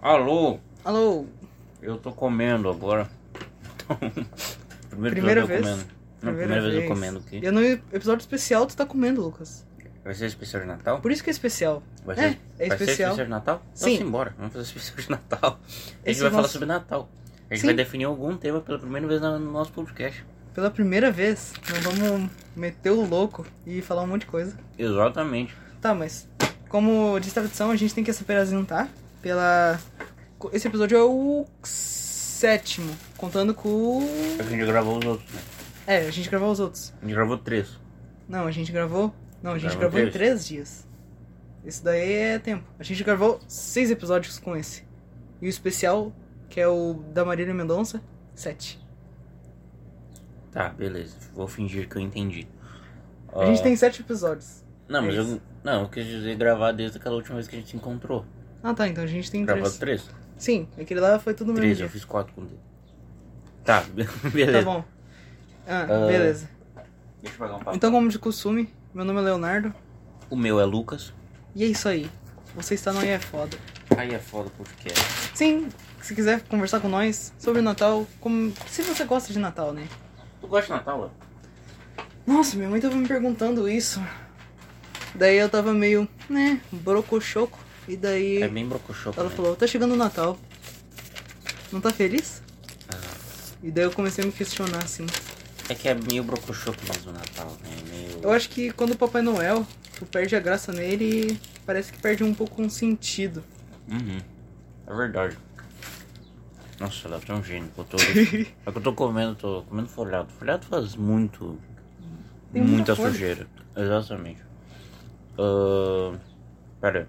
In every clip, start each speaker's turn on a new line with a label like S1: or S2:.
S1: Alô,
S2: Alô?
S1: eu tô comendo agora. Então, Primeiro
S2: Primeira
S1: episódio
S2: vez?
S1: eu comendo. Não, primeira vez, eu comendo aqui.
S2: E no episódio especial tu tá comendo, Lucas.
S1: Vai ser especial de Natal?
S2: Por isso que é especial.
S1: Vai
S2: É,
S1: ser,
S2: é
S1: vai ser
S2: especial.
S1: especial de Natal? Então
S2: Sim.
S1: simbora, vamos fazer especial de Natal. A gente
S2: Esse
S1: vai falar
S2: nosso-
S1: sobre Natal. A gente
S2: Sim.
S1: vai definir algum tema pela primeira vez na- no nosso podcast.
S2: Pela primeira vez, não vamos meter o louco e falar um monte de coisa.
S1: Exatamente.
S2: Tá, mas como diz tradição, a gente tem que se apresentar pela... Esse episódio é o sétimo, contando com...
S1: A gente gravou os outros, né?
S2: É, a gente gravou os outros.
S1: A gente gravou três.
S2: Não, a gente gravou... Não, a gente
S1: Gravou
S2: gravou em
S1: três?
S2: três dias. Isso daí é tempo. A gente gravou seis episódios com esse. E o especial, que é o da Marília Mendonça, sete.
S1: Tá, beleza. Vou fingir que eu entendi. Ah,
S2: A gente tem sete episódios.
S1: Não, mas
S2: três.
S1: eu. Não, eu quis dizer gravar desde aquela última vez que a gente se encontrou.
S2: Ah, tá. Então a gente tem
S1: Gravado
S2: três.
S1: três.
S2: Sim, aquele lá foi tudo no mesmo
S1: Três, eu
S2: dia.
S1: fiz quatro com o dedo. Tá, be- beleza.
S2: é? Tá bom. Ah,
S1: Ah.
S2: beleza.
S1: Deixa eu pagar um papo.
S2: Então, como de costume, meu nome é Leonardo.
S1: O meu é Lucas.
S2: E é isso aí. Você está no E é Foda.
S1: Aí é foda o podcast.
S2: Sim, se quiser conversar com nós sobre Natal, como... se você gosta de Natal, né?
S1: Tu gosta de Natal, Léo?
S2: Nossa, minha mãe tava me perguntando isso. Daí eu tava meio, né, brocochoco. E daí
S1: É bem brocochoco,
S2: ela
S1: né?
S2: falou, tá chegando o Natal. Não tá feliz?
S1: Ah,
S2: E daí eu comecei a me questionar, assim.
S1: é que é meio brocochoco mesmo o Natal, né? Meio...
S2: Eu acho que quando o Papai Noel, tu perde a graça nele, parece que perde um pouco um sentido.
S1: Uhum. É verdade. Nossa, Léo, tu é um gênio. pô, Eu tô... é que eu tô comendo, tô comendo folhado. Folhado faz muito...
S2: Tem muita
S1: muita
S2: folha.
S1: sujeira. Exatamente. Ahn. pera aí.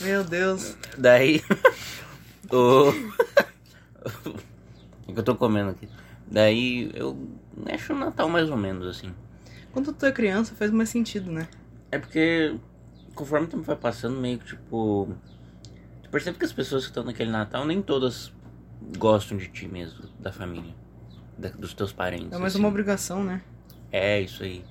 S2: Meu Deus.
S1: Daí. o. o que eu tô comendo aqui? Daí eu acho o Natal mais ou menos assim.
S2: Quando tu é criança, faz mais sentido, né?
S1: É porque conforme o tempo vai passando, meio que tipo. Tu percebe que as pessoas que estão naquele Natal nem todas gostam de ti mesmo, da família, da- dos teus parentes.
S2: É mais
S1: assim.
S2: uma obrigação, né?
S1: É, isso aí.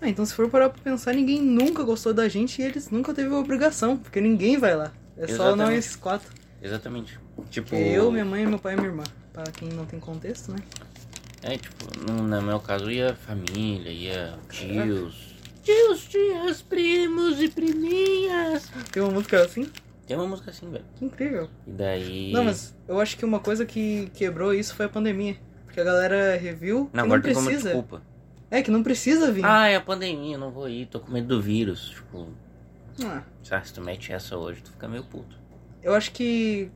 S2: Ah, então se for parar pra pensar, ninguém nunca gostou da gente e eles nunca teve uma obrigação, porque ninguém vai lá. É só
S1: Exatamente.
S2: nós quatro.
S1: Exatamente.
S2: Que
S1: Tipo.
S2: é eu, minha mãe, meu pai e minha irmã. Pra quem não tem contexto, né?
S1: É, tipo, no, no meu caso ia família, ia tios. Tios, tias, primos e priminhas.
S2: Tem uma música assim?
S1: Tem uma música assim, velho.
S2: Incrível.
S1: E daí.
S2: Não, mas eu acho que uma coisa que quebrou isso foi a pandemia. Porque a galera reviu.
S1: Não,
S2: que
S1: agora
S2: não
S1: tem como
S2: precisa.
S1: desculpa.
S2: É, que não precisa vir.
S1: Ah, é a pandemia, eu não vou ir, tô com medo do vírus. Tipo,
S2: Ah,
S1: sabe, se tu mete essa hoje, tu fica meio puto.
S2: eu acho que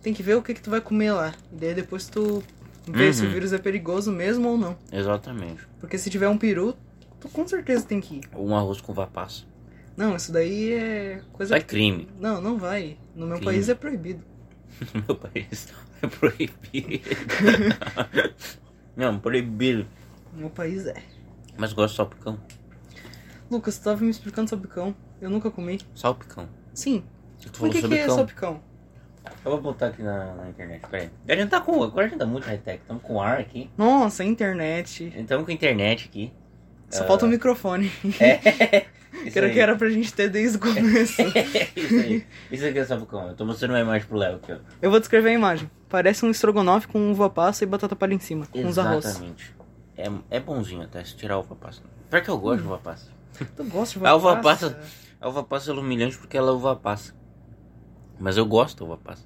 S2: tem que ver o que, que tu vai comer lá. E daí depois tu vê
S1: Uhum.
S2: se o vírus é perigoso mesmo ou não.
S1: Exatamente.
S2: Porque se tiver um peru, tu com certeza tem que ir.
S1: Ou um arroz com vapaça.
S2: Não, isso daí é
S1: Isso
S2: coisa.
S1: é crime.
S2: Não, não vai. No meu
S1: Sim.
S2: país é proibido.
S1: No meu país é proibido. não, proibido.
S2: No meu país é.
S1: Mas gosto de salpicão.
S2: Lucas, tu tava me explicando salpicão. Eu nunca comi.
S1: Salpicão.
S2: Sim.
S1: Tu
S2: Por
S1: falou
S2: que, que
S1: sobre
S2: é
S1: cão.
S2: salpicão?
S1: Eu vou botar aqui na, na internet, peraí. A gente tá com. Agora a gente tá muito high-tech. Estamos com ar aqui.
S2: Nossa, internet.
S1: Estamos com internet aqui.
S2: Só falta o
S1: É.
S2: microfone.
S1: Isso
S2: Que era,
S1: aí.
S2: que era pra gente ter desde o começo.
S1: Isso aí. Isso aqui é sabucão. Eu tô mostrando uma imagem pro Léo aqui, ó.
S2: Eu vou descrever a imagem. Parece um estrogonofe com uva passa e batata palha em cima. Com uns arroz.
S1: Exatamente. É, é bonzinho até se tirar a uva passa. Pior que eu gosto de uva passa.
S2: Tu gosta de
S1: A uva A uva passa ela é humilhante porque ela é uva passa. Mas eu gosto da uva passa.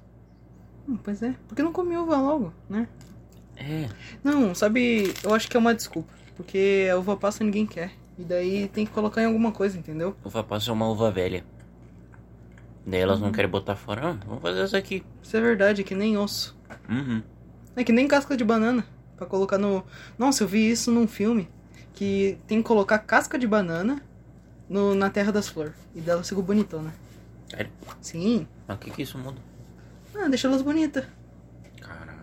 S2: Hum, pois é. Por que não comi uva logo, né?
S1: É.
S2: Não, sabe, eu acho que é uma desculpa. Porque a uva passa ninguém quer. E daí tem que colocar em alguma coisa, entendeu?
S1: Uva passa é uma uva velha. Daí elas
S2: Uhum.
S1: não querem botar fora. Ah, vamos fazer essa aqui.
S2: Isso é verdade, é que nem osso.
S1: Uhum.
S2: É que nem casca de banana. Pra colocar no. Nossa, eu vi isso num filme. Que tem que colocar casca de banana no, na terra das flores. E dela ficou bonitona.
S1: Sério?
S2: Sim.
S1: Mas o que que isso muda?
S2: Ah, deixa elas bonitas.
S1: Caralho.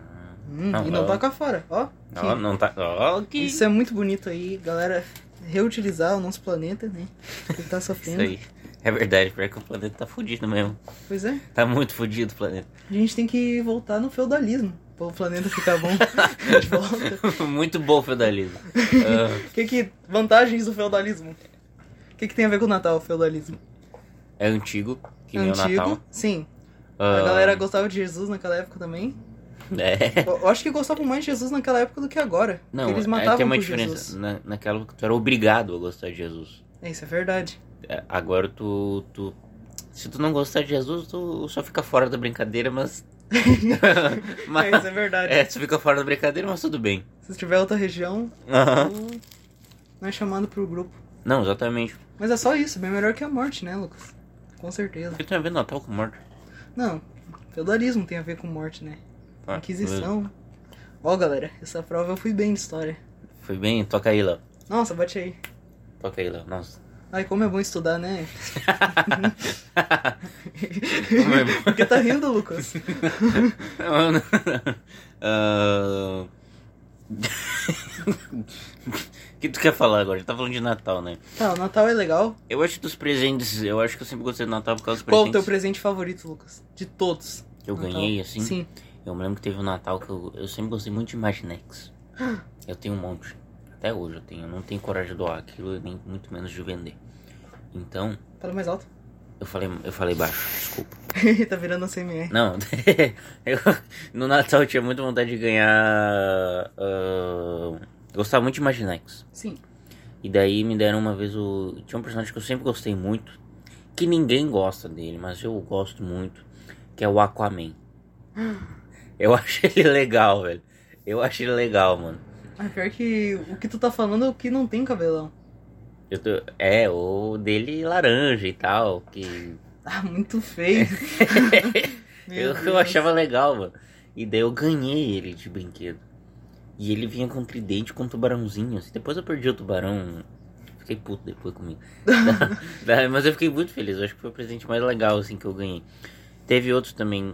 S2: Hum,
S1: Não,
S2: e não
S1: eu-
S2: taca fora, ó.
S1: Ó, não tá. Ó, que.
S2: Isso é muito bonito aí, galera. Reutilizar o nosso planeta, né? Ele tá
S1: Isso
S2: sofrendo.
S1: aí. É verdade, pior que o planeta tá fudido mesmo.
S2: Pois é.
S1: Tá muito fudido o planeta.
S2: A gente tem que voltar no feudalismo. Pra o planeta ficar bom. A gente volta.
S1: muito bom o feudalismo. Ah,
S2: Que que. Vantagens do feudalismo? O que, que tem a ver com o Natal, o feudalismo?
S1: É antigo, que nem o Natal.
S2: Sim.
S1: Ah,
S2: A galera gostava de Jesus naquela época também.
S1: É.
S2: Eu eu acho que gostavam mais de Jesus naquela época do que agora.
S1: Não,
S2: porque eles
S1: é,
S2: matavam
S1: tem uma
S2: por
S1: diferença.
S2: Jesus.
S1: Na, naquela época tu era obrigado a gostar de Jesus.
S2: É, Isso é verdade.
S1: É, Agora tu, tu. Se tu não gostar de Jesus, tu só fica fora da brincadeira, mas. mas
S2: É, isso é verdade.
S1: é, tu fica fora da brincadeira, mas tudo bem.
S2: Se tiver outra região,
S1: Aham.
S2: tu não é chamado pro grupo.
S1: Não, exatamente.
S2: Mas é só isso, bem melhor que a morte, né, Lucas? Com certeza.
S1: Por que tu tem a ver Natal com morte?
S2: Não, feudalismo tem a ver com morte, né?
S1: Ah,
S2: Inquisição. Ó, galera, essa prova eu fui bem de história.
S1: Foi bem, toca aí, Léo.
S2: Nossa, bate aí.
S1: Toca aí, Léo. Nossa.
S2: Ai, como é bom estudar, né?
S1: é
S2: Por que tá rindo, Lucas?
S1: Ah, O que tu quer falar agora? A gente tá falando de Natal, né?
S2: Tá, o Natal é legal.
S1: Eu acho dos presentes, eu acho que eu sempre gostei do Natal por causa dos
S2: Qual o
S1: presentes
S2: teu presente favorito, Lucas? De todos.
S1: que eu
S2: Natal.
S1: ganhei, assim.
S2: Sim.
S1: Eu me lembro que teve um Natal que eu, eu sempre gostei muito de Imaginex. Eu tenho um monte. Até hoje eu tenho. Eu não tenho coragem de doar aquilo, nem muito menos de vender. Então,
S2: Fala mais alto.
S1: eu falei, eu falei baixo, desculpa.
S2: tá virando CMR.
S1: Não, eu, no Natal eu tinha muita vontade de ganhar. ah, eu gostava muito de Imaginex.
S2: Sim.
S1: E daí me deram uma vez o. Tinha um personagem que eu sempre gostei muito, que ninguém gosta dele, mas eu gosto muito, que é o Aquaman. Eu acho ele legal, velho. Eu acho ele legal, mano.
S2: Ah, pior que o que tu tá falando é o que não tem cabelão.
S1: Eu tô- É, o dele laranja e tal, que
S2: Ah, muito feio. Meu
S1: eu, eu
S2: Deus.
S1: achava legal, mano. E daí eu ganhei ele de brinquedo. E ele vinha com tridente com um tubarãozinho. assim. Depois eu perdi o tubarão. Fiquei puto depois comigo. Da- da- mas eu fiquei muito feliz. Eu acho que foi o presente mais legal, assim, que eu ganhei. Teve outros também.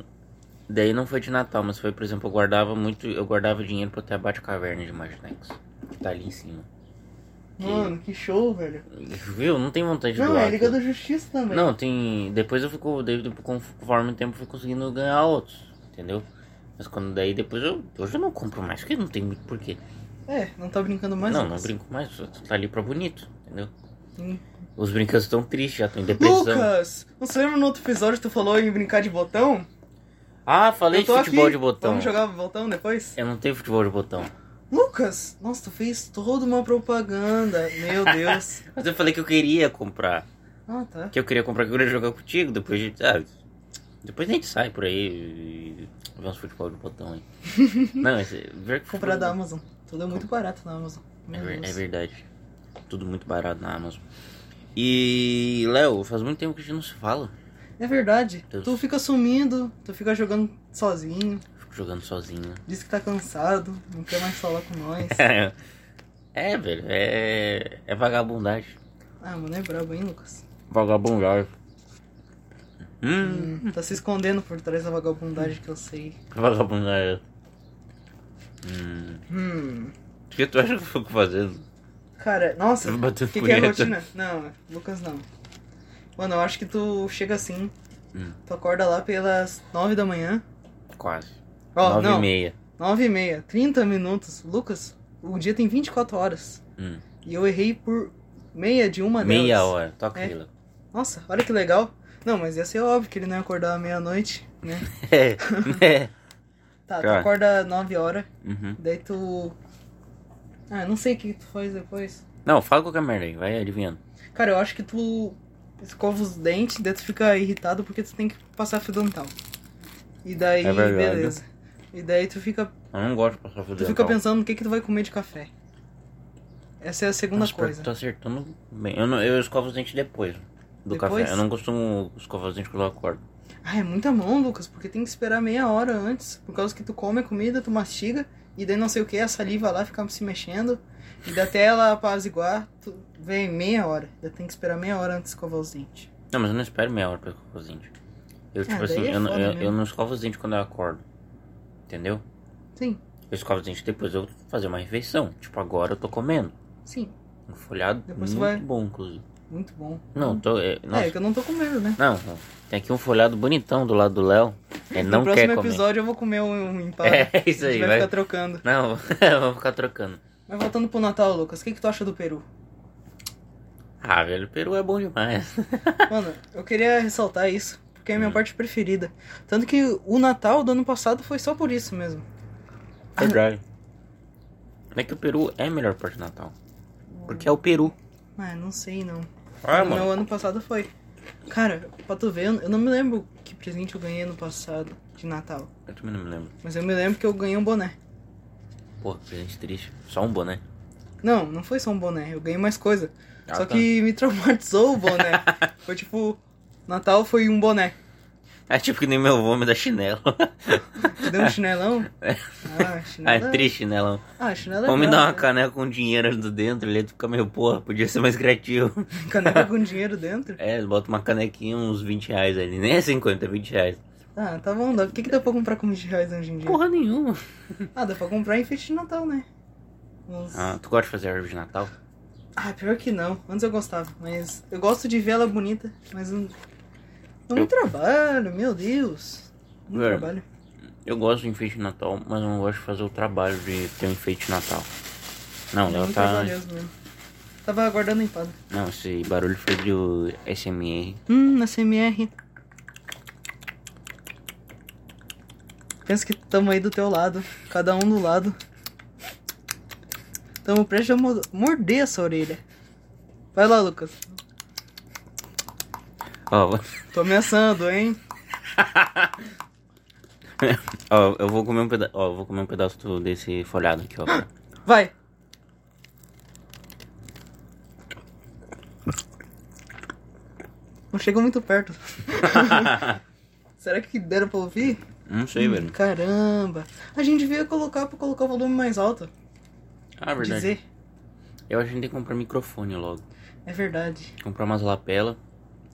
S1: Daí não foi de Natal, mas foi, por exemplo, eu guardava muito. Eu guardava dinheiro pra ter a Bate-Caverna de Maginex. Que tá ali em cima.
S2: Mano, que show, velho.
S1: Viu? Não tem vontade de
S2: Não,
S1: doar
S2: é Liga
S1: aquilo.
S2: da Justiça também.
S1: Não, tem. Depois eu fico. daí, tipo, Conforme o tempo eu fui conseguindo ganhar outros, entendeu? Mas quando daí depois eu. Hoje eu não compro mais, porque não tem muito porquê.
S2: É, não tá brincando mais.
S1: não, não
S2: Lucas.
S1: brinco mais, só tá ali pra bonito, entendeu?
S2: Hum.
S1: Os brinquedos estão tristes, já estão em depressão.
S2: Lucas, você lembra no outro episódio que tu falou em brincar de botão?
S1: Ah, falei de futebol de botão. É.
S2: Vamos jogar botão depois?
S1: Eu não tenho futebol de botão.
S2: Lucas, nossa, tu fez toda uma propaganda. Meu Deus.
S1: Mas eu falei que eu queria comprar.
S2: ah, tá.
S1: Que eu queria comprar, que eu queria jogar contigo, depois a gente. Ah, depois a gente sai por aí e vê uns futebol de botão aí. não, esse.
S2: Comprar da Amazon. Tudo é muito barato na Amazon.
S1: É,
S2: Meu
S1: ver- é
S2: Deus.
S1: verdade. Tudo muito barato na Amazon. E, Léo, faz muito tempo que a gente não se fala.
S2: É verdade.
S1: Deus.
S2: Tu fica sumindo, tu fica jogando sozinho,
S1: Fico jogando sozinho.
S2: diz que tá cansado, não quer mais falar com nós.
S1: é, velho, é, é vagabundagem.
S2: ah, mano, é brabo, hein, Lucas?
S1: Vagabundagem. Hum,
S2: Hum, tá se escondendo por trás da vagabundagem que eu sei.
S1: vagabundagem. Hum.
S2: Hum.
S1: O que tu acha que eu fico fazendo?
S2: Cara, nossa,
S1: Tá
S2: o
S1: batendo
S2: que, que é a
S1: punheta.
S2: rotina? Não, Lucas não. Mano, eu acho que tu chega assim,
S1: Hum.
S2: tu acorda lá pelas 9 da manhã.
S1: Quase.
S2: Ó,
S1: Nove
S2: não,
S1: e meia.
S2: 9 e meia, 30 minutos. Lucas, o dia tem 24 horas.
S1: Hum.
S2: E eu errei por meia de uma delas.
S1: Meia hora. Toca
S2: É.
S1: aí, Léo.
S2: Nossa, olha que legal. Não, mas ia ser óbvio que ele não ia acordar à meia-noite, né?
S1: É.
S2: Tá, tu
S1: Tá.
S2: acorda 9 horas,
S1: Uhum.
S2: daí tu. Ah, eu não sei o que tu faz depois.
S1: Não, fala qualquer merda aí, vai adivinhando.
S2: Cara, eu acho que tu escova os dentes, daí tu fica irritado porque tu tem que passar fio dental. E daí,
S1: É verdade.
S2: beleza. E daí tu fica,
S1: Eu não gosto de passar fio
S2: tu fica
S1: dental.
S2: pensando no que, que tu vai comer de café. Essa é a segunda
S1: Nossa, pior que
S2: coisa.
S1: tu tá acertando bem. Eu, não, eu escovo os dentes depois do
S2: Depois?
S1: café. Eu não costumo escovar os dentes quando eu acordo.
S2: Ah, é muita mão, Lucas, porque tem que esperar meia hora antes. Por causa que tu come a comida, tu mastiga, e daí não sei o que, a saliva lá fica se mexendo. E daí até ela apaziguar, tu vem meia hora. Daí tem que esperar meia hora antes de escovar os dentes.
S1: Não, mas eu não espero meia hora pra escovar os dentes. Eu, tipo
S2: daí
S1: assim,
S2: é
S1: eu, não-
S2: foda
S1: eu,
S2: mesmo.
S1: eu não escovo os dentes quando eu acordo. Entendeu?
S2: Sim,
S1: Eu escovo os dentes depois eu vou fazer uma refeição. Tipo, agora eu tô comendo.
S2: sim.
S1: Um folhado
S2: Depois tu
S1: muito
S2: vai-
S1: bom, inclusive.
S2: Muito bom.
S1: Não, tô. É, nossa,
S2: É, que eu não tô comendo, né?
S1: Não, não. tem aqui um folhado bonitão do lado do Léo. Ele É, não
S2: no próximo
S1: quer comer.
S2: episódio eu vou comer um, um empada.
S1: É, isso
S2: A gente
S1: aí,
S2: vai,
S1: vai.
S2: ficar trocando.
S1: Não, vamos ficar trocando.
S2: Mas voltando pro Natal, Lucas, o que, que tu acha do Peru?
S1: Ah, velho, o Peru é bom demais.
S2: Mano, eu queria ressaltar isso, porque é a
S1: Hum.
S2: minha parte preferida. Tanto que o Natal do ano passado foi só por isso mesmo.
S1: Verdade. Não é que o Peru é a melhor parte do Natal. Porque é o Peru.
S2: Ah, não sei não.
S1: Ah,
S2: no meu ano passado foi. Cara, pra tu ver, eu não me lembro que presente eu ganhei ano passado de Natal.
S1: Eu também não me lembro.
S2: Mas eu me lembro que eu ganhei um boné.
S1: Pô, presente triste. Só um boné.
S2: Não, não foi só um boné, eu ganhei mais coisa.
S1: Ah,
S2: só
S1: tá.
S2: que me traumatizou o boné. foi tipo, Natal foi um boné.
S1: É tipo que nem meu avô me dá chinelo.
S2: Te deu um chinelão? Ah,
S1: ah,
S2: chinelão.
S1: é triste chinelão.
S2: Ah, chinelo é
S1: É. Vamos me
S2: brabo,
S1: dar uma
S2: né?
S1: caneca com dinheiro do dentro, ele fica meio, porra, podia ser mais criativo.
S2: Caneca com dinheiro dentro?
S1: É, bota uma canequinha, uns 20 reais ali. Nem é 50, é 20 reais.
S2: Ah, tá bom. Dá... O que, que dá pra comprar com 20 reais hoje em dia?
S1: Porra nenhuma.
S2: Ah, dá pra comprar em festa de Natal, né? Uns-
S1: Ah, tu gosta de fazer árvore de Natal?
S2: Ah, pior que não. Antes eu gostava, mas eu gosto de ver ela bonita, mas não. É muito trabalho, meu Deus. Muito
S1: É.
S2: trabalho.
S1: Eu gosto de enfeite de Natal, mas eu não gosto de fazer o trabalho de ter um enfeite de Natal. Não,
S2: É
S1: Léo
S2: muito
S1: tá.
S2: trabalhoso mesmo. Tava aguardando a empada.
S1: Não, esse barulho foi do SMR.
S2: Hum, SMR. Pensa que tamo aí do teu lado, cada um do lado. Tamo prestes a mo- morder essa orelha. Vai lá, Lucas.
S1: Ó,
S2: Tô ameaçando, hein?
S1: ó, eu vou comer um pedaço. Ó, eu vou comer um pedaço do- desse folhado aqui, ó.
S2: Vai! Não chegou muito perto. Será que deram pra ouvir?
S1: não sei, velho.
S2: Caramba! A gente devia colocar pra colocar o volume mais alto.
S1: Ah, verdade.
S2: Dizer.
S1: Eu acho que a gente tem que comprar microfone logo.
S2: É verdade.
S1: Comprar umas lapela.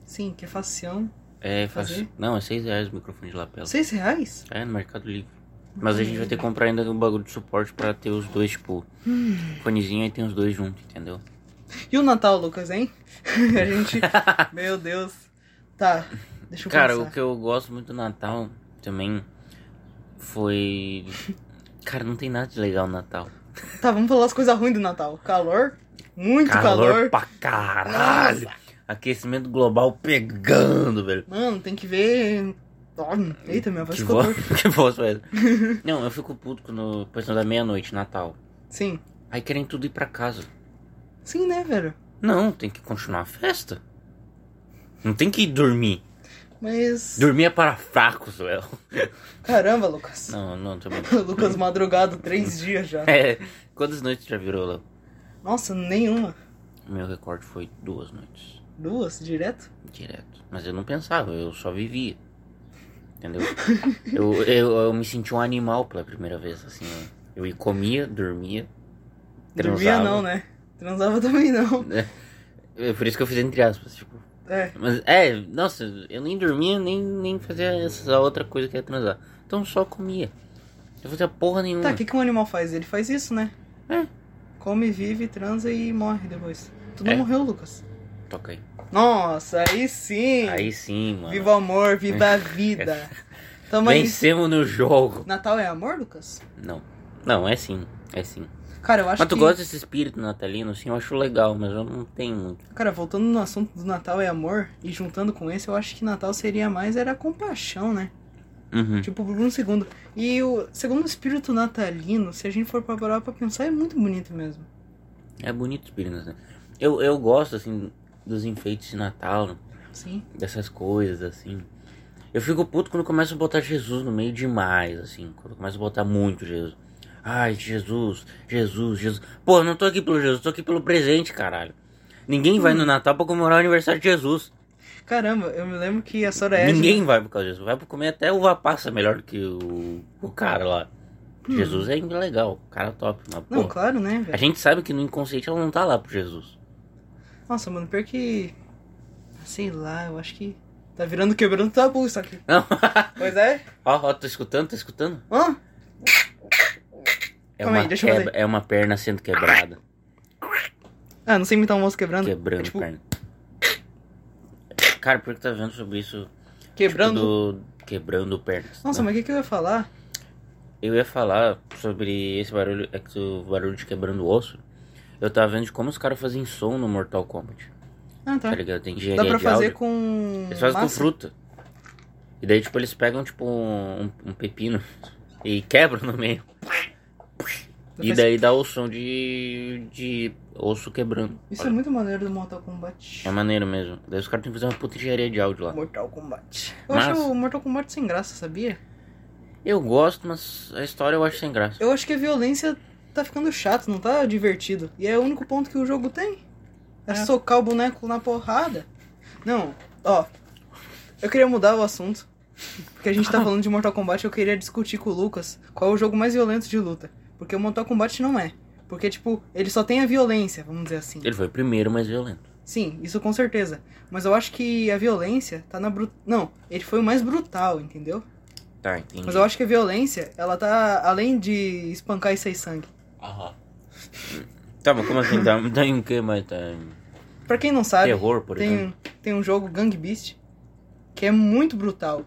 S2: Sim, que é facião.
S1: É, faz...
S2: Fazer?
S1: Não, é 6 reais o microfone de lapela.
S2: Seis reais?
S1: É, no Mercado Livre. Mas a gente vai ter que comprar ainda um bagulho de suporte pra ter os dois, tipo,
S2: Hum.
S1: fonezinho aí tem os dois juntos, entendeu?
S2: E o Natal, Lucas, hein? A gente. Meu Deus. Tá, deixa eu
S1: Cara,
S2: pensar.
S1: o que eu gosto muito do Natal também foi. Cara, não tem nada de legal no Natal.
S2: Tá, vamos falar as coisas ruins do Natal. Calor, muito calor.
S1: pra caralho! Aquecimento global pegando, velho.
S2: Mano, tem que ver. Ó, Eita, minha voz
S1: Que
S2: ficou
S1: voz,
S2: torta.
S1: que voz foi essa? Não, eu fico puto quando. Depois da meia-noite, Natal.
S2: Sim.
S1: Aí querem tudo ir pra casa.
S2: Sim, né, velho?
S1: Não, tem que continuar a festa. Não tem que ir dormir.
S2: Mas.
S1: Dormir é para fracos, velho.
S2: Caramba, Lucas.
S1: Não, não, também.
S2: Lucas madrugado três dias já.
S1: É, quantas noites já virou, Léo?
S2: Nossa, nenhuma.
S1: Meu recorde foi duas noites.
S2: Duas, direto?
S1: Direto. Mas eu não pensava, eu só vivia. Entendeu? eu, eu, eu me senti um animal pela primeira vez, assim. Eu eu comia, dormia,
S2: Dormia
S1: transava.
S2: não, né? Transava também não.
S1: É, Por isso que eu fiz entre aspas, tipo.
S2: É.
S1: Mas, é, nossa, eu nem dormia, nem, nem fazia essa outra coisa que é transar. Então só comia. Eu fazia porra nenhuma.
S2: Tá, o que, que um animal faz? Ele faz isso, né?
S1: É.
S2: Come, vive, transa e morre depois. Tu não
S1: É.
S2: morreu, Lucas.
S1: Toca aí.
S2: Nossa, aí sim!
S1: Aí sim, mano. É.
S2: viva o amor, viva a vida! Tamo aí.
S1: Vencemos no jogo.
S2: Natal é amor, Lucas?
S1: Não. Não, é sim. É sim.
S2: Cara, eu acho
S1: mas tu
S2: que.
S1: gosta desse espírito natalino? Sim, eu acho legal, mas eu não tenho muito.
S2: Cara, voltando no assunto do Natal é amor, e juntando com esse, eu acho que Natal seria mais era compaixão, né?
S1: Uhum.
S2: Tipo, por um segundo. E o segundo espírito natalino, se a gente for parar pra pensar, é muito bonito mesmo.
S1: É bonito o espírito, né? Eu, eu gosto, assim, dos enfeites de Natal,
S2: Sim.
S1: dessas coisas, assim. Eu fico puto quando começa a botar Jesus no meio demais, assim. Quando começa a botar muito Jesus. Ai, Jesus, Jesus, Jesus. Pô, eu não tô aqui pelo Jesus, tô aqui pelo presente, caralho. Ninguém vai no
S2: Hum.
S1: Natal pra comemorar o aniversário de Jesus.
S2: Caramba, eu me lembro que a Sora Edna.
S1: Ninguém vai por causa de Jesus. Vai pra comer até uva passa melhor do que o, o cara lá. Jesus é legal, o cara top. Mas,
S2: Hum. Não,
S1: pô,
S2: claro, né,
S1: a
S2: velho?
S1: gente sabe que no inconsciente ela não tá lá pro Jesus.
S2: Nossa, mano, pior que. Sei lá, eu acho que. Tá virando quebrando tabu isso aqui.
S1: Não.
S2: Pois é?
S1: ó, ó, tô escutando, tô escutando.
S2: Hã?
S1: É
S2: Calma
S1: uma,
S2: aí, deixa eu
S1: quebra- é uma perna sendo quebrada.
S2: Ah, não sei imitar um moço quebrando.
S1: Quebrando
S2: É tipo,
S1: perna. Cara, por que tá vendo sobre isso?
S2: quebrando.
S1: Tipo, do- quebrando pernas. né?
S2: Nossa, mas o que, que eu ia falar?
S1: Eu ia falar sobre esse barulho, é que o barulho de quebrando osso. Eu tava vendo de como os caras fazem som no Mortal Kombat.
S2: Ah,
S1: tá
S2: tá.
S1: ligado? Tem
S2: Dá
S1: engenharia
S2: pra
S1: de
S2: fazer
S1: áudio.
S2: com.
S1: Eles fazem com
S2: massa?
S1: fruta. E daí, tipo, eles pegam, tipo, um, um pepino e quebram no meio. E
S2: Tá Faz-
S1: daí dá o som de, de osso quebrando.
S2: Isso é muito maneiro do Mortal Kombat.
S1: É maneiro mesmo. Daí os caras têm que fazer uma puta engenharia de áudio lá.
S2: Mortal Kombat. Eu
S1: Mas-
S2: acho o Mortal Kombat sem graça, sabia?
S1: Eu gosto, mas a história eu acho sem graça.
S2: Eu acho que a violência tá ficando chato, não tá divertido. E é o único ponto que o jogo tem. É,
S1: É.
S2: socar o boneco na porrada. Não, ó. Eu queria mudar o assunto. Porque a gente tá falando de Mortal Kombat, eu queria discutir com o Lucas qual é o jogo mais violento de luta. Porque o Mortal Kombat não é. Porque, tipo, ele só tem a violência, vamos dizer assim.
S1: Ele foi o primeiro é mais violento.
S2: Sim, isso com certeza. Mas eu acho que a violência tá na brut... Não, ele foi o mais brutal, entendeu?
S1: Tá, entendi.
S2: Mas eu acho que a violência, ela tá além de espancar e sair sangue.
S1: Aham. Tá, mas como assim? Tá, tá em que mais? Tá em
S2: Pra quem não sabe,
S1: terror, por exemplo?
S2: tem, tem um jogo, Gang Beast, que é muito brutal.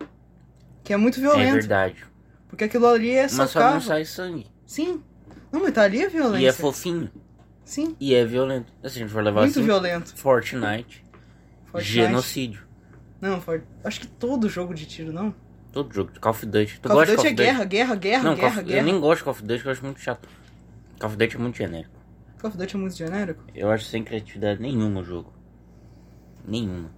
S2: Que é muito
S1: é
S2: violento.
S1: verdade.
S2: porque aquilo ali é
S1: Mas só
S2: socar.
S1: não sai sangue.
S2: Sim. Não, mas tá ali é
S1: E é
S2: violência.
S1: fofinho.
S2: Sim,
S1: E é violento. Se a gente for levar
S2: muito
S1: assim,
S2: violento.
S1: Fortnite,
S2: Fortnite.
S1: genocídio.
S2: Não, Fort... acho que todo jogo de tiro, não.
S1: Todo jogo. Call of Duty. Tu
S2: Call of
S1: gosta
S2: Duty é
S1: de Call of Duty?
S2: guerra, guerra, guerra,
S1: Não, Call
S2: guerra,
S1: of-
S2: guerra.
S1: eu nem gosto de Call of Duty, que eu acho muito chato. Call of Duty é muito genérico.
S2: Call of Duty é muito genérico.
S1: Eu acho sem criatividade nenhuma o jogo. Nenhuma.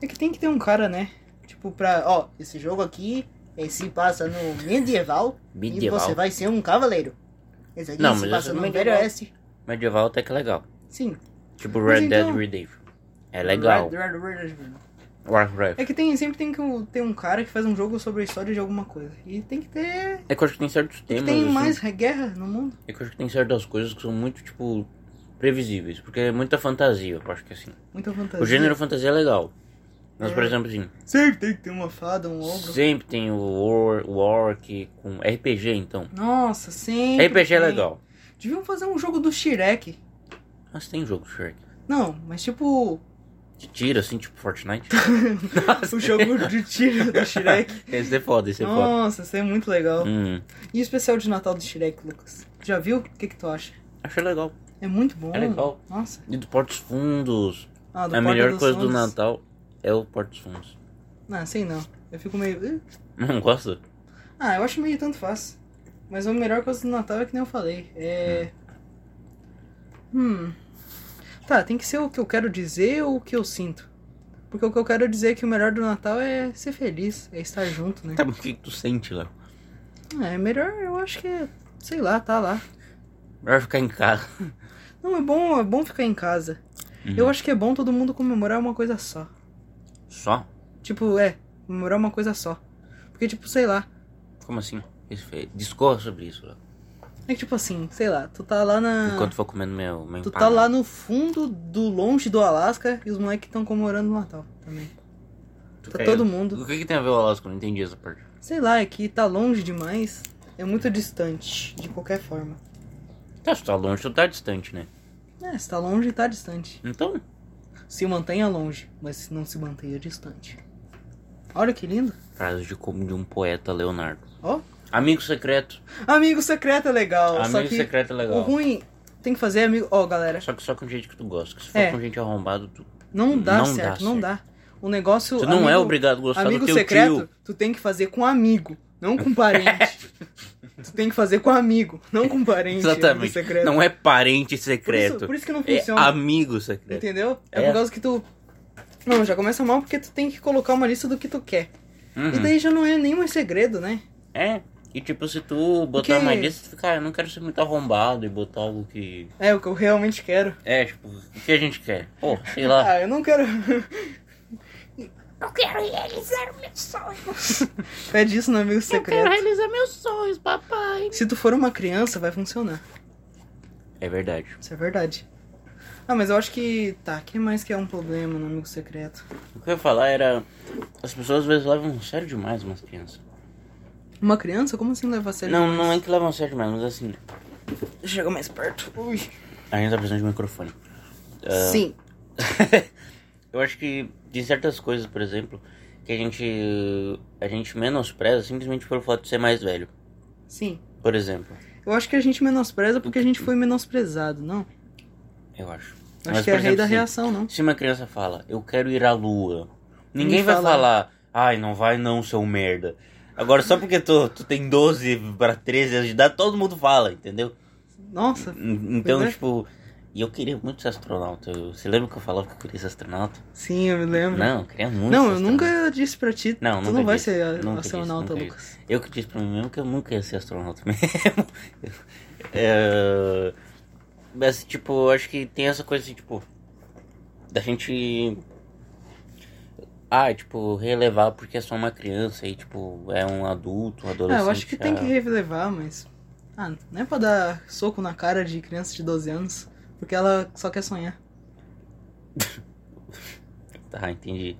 S2: É que tem que ter um cara, né? Tipo, pra. Ó, esse jogo aqui ele se passa no medieval,
S1: Medieval.
S2: e você vai ser um cavaleiro. Esse aqui
S1: Não,
S2: se
S1: mas
S2: passa
S1: esse é
S2: no
S1: medieval.
S2: Velho Oeste.
S1: Medieval até que é legal.
S2: Sim.
S1: Tipo
S2: Mas
S1: Red
S2: então-
S1: Dead Redemption. É legal.
S2: Red- Red- Red- Red-
S1: Warcraft.
S2: É que tem, sempre tem que o- ter um cara que faz um jogo sobre a história de alguma coisa. E tem que ter.
S1: É que eu acho que tem certos
S2: Tem,
S1: temas.
S2: que ter
S1: assim,
S2: mais guerra no mundo.
S1: É que eu acho que tem certas coisas que são muito, tipo, previsíveis. Porque é muita fantasia, eu acho que assim.
S2: Muita fantasia.
S1: O gênero fantasia é legal. Mas, por
S2: É.
S1: exemplo, assim,
S2: Sempre tem que ter uma fada, um ogro.
S1: sempre tem o War, o Orc com RPG, então.
S2: Nossa, sempre.
S1: RPG é
S2: tem.
S1: legal.
S2: Deviam fazer um jogo do Shrek.
S1: Mas tem jogo, Shrek.
S2: Não, mas tipo.
S1: De tiro, assim, tipo Fortnite.
S2: o jogo de tiro do Shrek.
S1: Esse é foda, esse é foda.
S2: Nossa, isso é muito legal.
S1: Hum,
S2: E o especial de Natal do Shrek, Lucas? Já viu? O que, que tu acha?
S1: achei legal.
S2: É muito bom.
S1: É legal.
S2: Nossa.
S1: E do Portos Fundos.
S2: Ah, do
S1: É a
S2: Porta
S1: melhor
S2: dos
S1: coisa do
S2: Fundos.
S1: Natal é o Portos Fundos.
S2: Não, sei não. Eu fico meio. "Ih".
S1: Não gosta?
S2: Ah, eu acho meio tanto faz. Mas a melhor coisa do Natal é que nem eu falei. É. Hum. Tá, tem que ser o que eu quero dizer ou o que eu sinto. Porque o que eu quero dizer é que o melhor do Natal é ser feliz, é estar junto, né?
S1: Tá, mas o que que tu sente, Léo?
S2: É melhor, eu acho que é, sei lá, tá lá.
S1: Melhor ficar em casa.
S2: Não, é bom, é bom ficar em casa. Eu acho que é bom todo mundo comemorar uma coisa só.
S1: Só?
S2: Tipo, é, comemorar uma coisa só. Porque, tipo, sei lá.
S1: Como assim? Isso foi- Discorra sobre isso, Léo.
S2: É que, tipo assim, sei lá, tu tá lá na.
S1: Enquanto for comendo meu, meu
S2: Tu tá
S1: empanado.
S2: lá no fundo do longe do Alasca e os moleques estão comemorando o Natal também.
S1: Tu
S2: Tá
S1: quer-
S2: todo mundo.
S1: O que, que tem a ver o Alasca? Eu Não entendi essa parte.
S2: Sei lá, é que tá longe demais. É muito distante, de qualquer forma.
S1: Tá, se tu tá longe, tu tá distante, né?
S2: É, se tá longe, tá distante.
S1: Então,
S2: Se mantenha longe, mas se não se mantenha distante. Olha que lindo.
S1: frase de como de um poeta Leonardo.
S2: Ó.
S1: Amigo secreto.
S2: Amigo secreto é legal. só
S1: Amigo
S2: que
S1: secreto é legal.
S2: o ruim tem que fazer amigo. Ó, galera,
S1: Só que só com gente que tu gosta. Que se for
S2: É.
S1: com gente arrombado, tu,
S2: não dá
S1: Hum, Não dá
S2: certo, não
S1: certo.
S2: dá. O negócio.
S1: tu não é
S2: amigo-
S1: obrigado a gostar
S2: Amigo
S1: do teu
S2: secreto,
S1: tio.
S2: tu tem que fazer com amigo, não com parente. tu tem que fazer com amigo, não com parente. amigo
S1: Exatamente.
S2: secreto.
S1: Não é parente
S2: por isso,
S1: secreto.
S2: por isso que não
S1: É
S2: funciona.
S1: amigo secreto.
S2: Entendeu? É,
S1: É.
S2: por causa que tu. Não, já começa mal porque tu tem que colocar uma lista do que tu quer. E
S1: Uhum.
S2: daí já não é nenhum mais segredo, né?
S1: É. E tipo, se tu botar
S2: Porque-
S1: uma lista, tu fica, ah, eu não quero ser muito arrombado e botar algo que.
S2: É o que eu realmente quero.
S1: É, tipo, o que a gente quer? Pô, sei lá.
S2: Ah, eu não quero.
S3: Eu quero realizar meus sonhos.
S2: Pede isso no amigo
S3: Eu quero
S2: secreto.
S3: realizar meus sonhos, papai.
S2: Se tu for uma criança, vai funcionar.
S1: É verdade.
S2: Isso é verdade. Ah, mas eu acho que. Tá, o que mais que é um problema no amigo secreto?
S1: O que eu ia falar era. As pessoas às vezes levam a sério demais umas crianças.
S2: Uma criança? Como assim levar a sério?
S1: Não, não é que levam a sério demais, mas assim.
S2: Chega mais perto. Ui.
S1: A gente tá precisando de um microfone. É.
S2: Sim.
S1: Eu acho que de certas coisas, por exemplo, que a gente. A gente menospreza simplesmente pelo fato de ser mais velho.
S2: Sim.
S1: Por exemplo.
S2: Eu acho que a gente menospreza porque a gente foi menosprezado, não?
S1: Eu acho.
S2: Acho
S1: Mas,
S2: que é
S1: por
S2: rei
S1: exemplo,
S2: da
S1: assim,
S2: reação, não.
S1: Se uma criança fala, eu quero ir à lua, ninguém
S2: Ninguém
S1: vai
S2: fala.
S1: falar, ai, não vai não, seu merda. Agora, só porque tu, tu tem 12 pra 13 anos de idade, todo mundo fala, entendeu?
S2: Nossa,
S1: N- Então,
S2: Pois é.
S1: tipo, e eu queria muito ser astronauta. Eu- Você lembra que eu falava que eu queria ser astronauta?
S2: sim, eu me lembro.
S1: Não, eu queria muito.
S2: Não,
S1: ser
S2: eu
S1: astronauta.
S2: nunca disse pra ti.
S1: Não,
S2: tu
S1: nunca
S2: não vai
S1: disse,
S2: ser a-
S1: nunca disse,
S2: astronauta,
S1: nunca
S2: Lucas.
S1: Eu que disse pra mim mesmo que eu nunca ia ser astronauta mesmo. É, Mas, tipo, eu acho que tem essa coisa, assim, tipo, da gente. Ah, tipo, relevar porque é só uma criança e, tipo, é um adulto, um adolescente. é.
S2: Ah, eu acho que tem
S1: já.
S2: que relevar, mas. Ah, não é pra dar soco na cara de criança de 12 anos, porque ela só quer sonhar.
S1: Tá, entendi.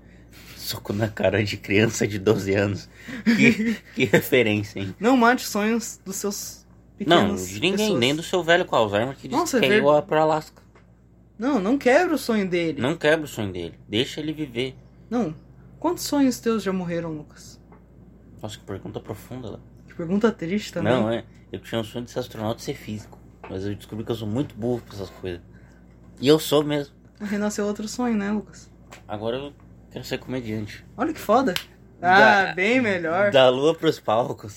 S1: Soco na cara de criança de 12 anos. Que, que referência, hein?
S2: Não mate os sonhos dos seus
S1: Não,
S2: pequenos.
S1: de ninguém, nem do seu velho com Alzheimer que disse
S2: Nossa,
S1: que
S2: é
S1: quer ir
S2: ver-
S1: lá pro Alasca.
S2: Não, não quebra o sonho dele.
S1: Não quebra o sonho dele, deixa ele viver.
S2: Não. Quantos sonhos teus já morreram, Lucas?
S1: Nossa, que pergunta profunda. né? Léo.
S2: Que pergunta triste também.
S1: Não, é. Eu tinha um sonho de ser astronauta e ser físico. Mas eu descobri que eu sou muito burro pra essas coisas. E eu sou mesmo.
S2: Renasceu outro sonho, né, Lucas?
S1: Agora eu quero ser comediante.
S2: Olha que foda. Ah,
S1: Da-
S2: bem melhor.
S1: Da lua pros palcos.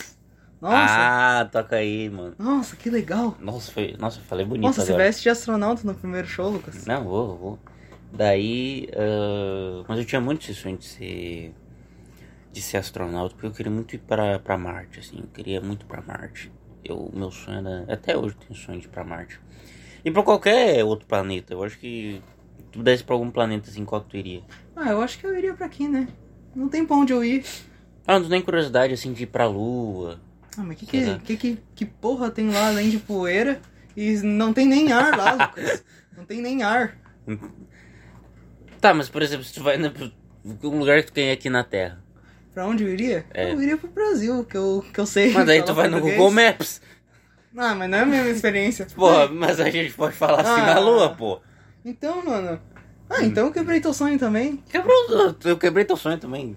S2: Nossa.
S1: Ah, toca aí, mano.
S2: Nossa, que legal.
S1: Nossa, foi... Nossa eu falei bonito
S2: Nossa, se
S1: agora.
S2: veste de astronauta no primeiro show, Lucas.
S1: Não, vou, vou. Daí. ah, mas eu tinha muito esse sonho de ser. de ser astronauta, porque eu queria muito ir pra, pra Marte, assim. Eu queria muito ir pra Marte. Eu, meu sonho era. Até hoje eu tenho sonho de ir pra Marte. E pra qualquer outro planeta. Eu acho que. Se tu pudesse ir pra algum planeta, assim, qual que tu iria?
S2: Ah, eu acho que eu iria pra aqui, né? Não tem pra onde eu ir.
S1: Ah, não tem curiosidade, assim, de ir pra Lua.
S2: Ah, mas que que,
S1: Exato.
S2: que, que, que porra tem lá além de poeira? E não tem nem ar lá, Lucas. Não tem nem ar.
S1: Tá, mas por exemplo, se tu vai na, um lugar que tu tem aqui na Terra.
S2: Pra onde eu iria?
S1: É.
S2: Eu iria pro Brasil, que eu, que eu sei.
S1: Mas aí tu
S2: falar
S1: vai no
S2: português.
S1: Google Maps.
S2: Ah, mas não é a mesma experiência.
S1: Porra, mas a gente pode falar assim na
S2: Ah.
S1: Lua, pô.
S2: Então, mano. Ah, então eu quebrei teu sonho também.
S1: Quebrou, eu quebrei teu sonho também.